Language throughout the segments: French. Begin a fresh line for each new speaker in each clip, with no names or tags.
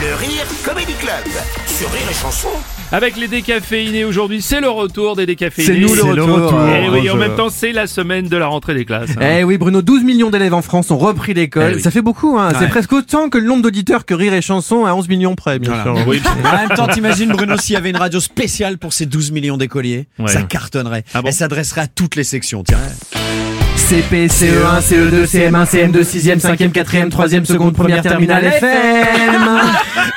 Le Rire Comedy Club sur Rire et Chanson.
Avec les décaféinés aujourd'hui, c'est le retour des décaféinés.
C'est nous le retour.
Eh oui, en
Bonjour.
même temps, c'est la semaine de la rentrée des classes. hein.
Eh oui, Bruno, 12 millions d'élèves en France ont repris l'école.
Eh oui.
Ça fait beaucoup, hein.
Ouais.
C'est presque autant que le nombre d'auditeurs que Rire et Chanson à 11 millions près, bien
Voilà.
sûr.
Oui,
En même temps, t'imagines Bruno s'il y avait une radio spéciale pour ces 12 millions d'écoliers,
Ouais.
ça cartonnerait.
Ah bon
Elle s'adresserait à toutes les sections, tiens.
CP, CE1, CE2, CM1, CM2, 6e, 5e, 4e, 3e, seconde, première, terminale, FM.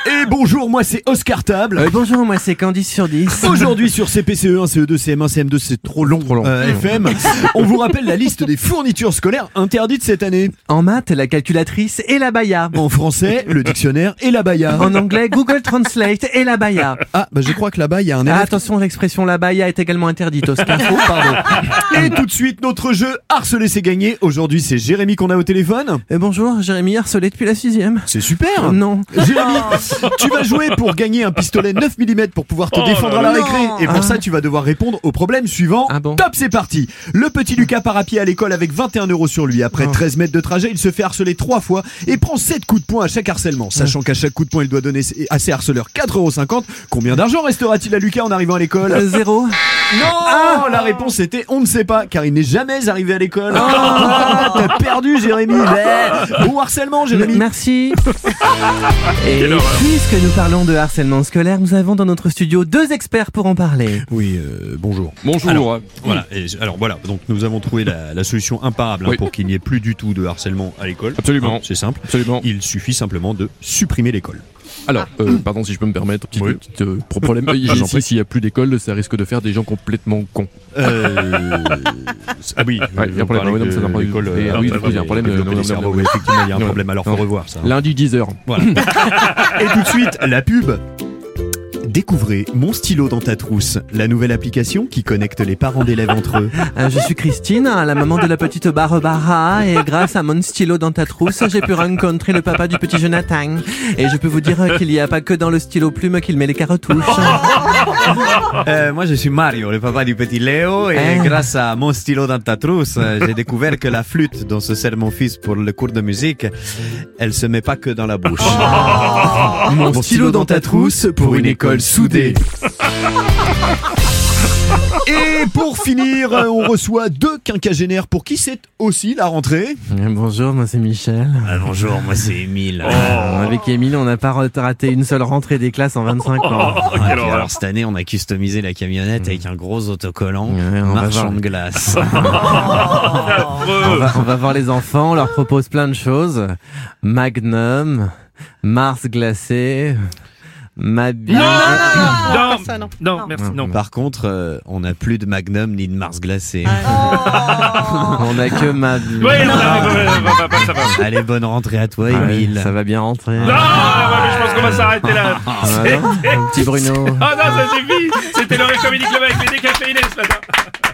Et bonjour, moi c'est Oscar Table.
Euh, bonjour, moi c'est Candice sur 10.
Aujourd'hui sur CPCE1, CE2, CM1, CM2, c'est trop long, euh, FM. On vous rappelle la liste des fournitures scolaires interdites cette année.
En maths, la calculatrice et la baya.
En français, le dictionnaire et la baya.
En anglais, Google Translate et la baya.
Ah, bah je crois que là-bas, il y a un
Ah,
élève.
attention, l'expression la baya est également interdite, Oscar. Oh, pardon.
Et tout de suite, notre jeu Harceler, c'est gagner. Aujourd'hui, c'est Jérémy qu'on a au téléphone.
Euh, bonjour, Jérémy harcelé depuis la 6e.
C'est super
Euh, Non.
Jérémy, tu vas jouer pour gagner un pistolet 9 mm pour pouvoir te
Oh
défendre à
là
la récré. Et pour
Ah.
ça, tu vas devoir répondre au problème suivant.
Ah bon
Top, c'est parti. Le petit Lucas part à pied à l'école avec 21 euros sur lui. Après
Oh.
13 mètres de trajet, il se fait harceler trois fois et prend 7 coups de poing à chaque harcèlement. Sachant qu'à chaque coup de poing, il doit donner à ses harceleurs 4,50 euros. Combien d'argent restera-t-il à Lucas en arrivant à l'école
Euh, zéro.
Non La réponse était on ne sait pas, car il n'est jamais arrivé à l'école.
Ah.
T'as perdu, Jérémy. Ouais. Bon harcèlement, Jérémy.
M- Merci. Et puisque nous parlons de harcèlement scolaire, nous avons dans notre studio deux experts pour en parler.
Oui, euh, bonjour.
Bonjour.
Voilà, et je- alors voilà, donc nous avons trouvé la, la solution imparable hein,
Oui.
pour qu'il n'y ait plus du tout de harcèlement à l'école.
Absolument.
Hein, C'est simple.
Absolument.
Il suffit simplement de supprimer l'école.
Alors, euh, pardon si je peux me permettre, petit,
Oui.
petit, euh, pro- problème. Euh,
j'en
Ici, s'il n'y a plus d'école, ça risque de faire des gens complètement cons.
Euh... ah oui,
Ouais, il y a
on
un problème,
parlait
ouais, non, ça,
de
on parlait de-
l'école,
et,
euh,
ah oui,
ah,
du coup, il y a un
bah,
problème,
de
euh,
développer le
non, non,
cerveau,
non,
oui, effectivement, il y a un
non,
problème, alors faut
non.
revoir ça. hein.
Lundi 10h.
Voilà. Et tout de suite, la pub. Découvrez Mon stylo dans ta trousse, la nouvelle application qui connecte les parents d'élèves entre eux.
Euh, Je suis Christine, la maman de la petite Barbara, et grâce à mon stylo dans ta trousse, j'ai pu rencontrer le papa du petit Jonathan. Et je peux vous dire qu'il n'y a pas que dans le stylo plume qu'il met les cartouches.
Euh, moi, je suis Mario, le papa du petit Léo, et
Ah.
grâce à mon stylo dans ta trousse, euh, j'ai découvert que la flûte dont se sert mon fils pour le cours de musique, elle se met pas que dans la bouche. Oh.
Mon stylo dans ta trousse
pour une école soudée. Et pour finir, euh, on reçoit deux quinquagénaires pour qui c'est aussi la rentrée.
Euh, Bonjour, moi c'est Michel.
Ah, bonjour, moi c'est Émile.
Euh, Avec Émile, on n'a pas raté une seule rentrée des classes en 25 ans.
Oh, Ah, alors cette année, on a customisé la camionnette avec un gros autocollant
Ouais, Euh, on va marchand voir. de
glace.
On va, on va voir les enfants, on leur propose plein de choses. Magnum, Mars glacé, Mabi.
non,
ça, non.
non,
Non.
merci, non.
Par contre, euh, on n'a plus de Magnum ni de Mars glacé.
On a que Mabi.
Ouais, non, non, non, non, non, non, non, ça va.
Allez, bonne rentrée à toi,
Ah ouais,
Émile.
ça va bien rentrer.
Ah, ouais, mais je pense qu'on va s'arrêter là.
Ah, non, non, Petit Bruno.
Ah non, ça suffit. C'était le Rire Comedy Club avec les décaféinés ce matin.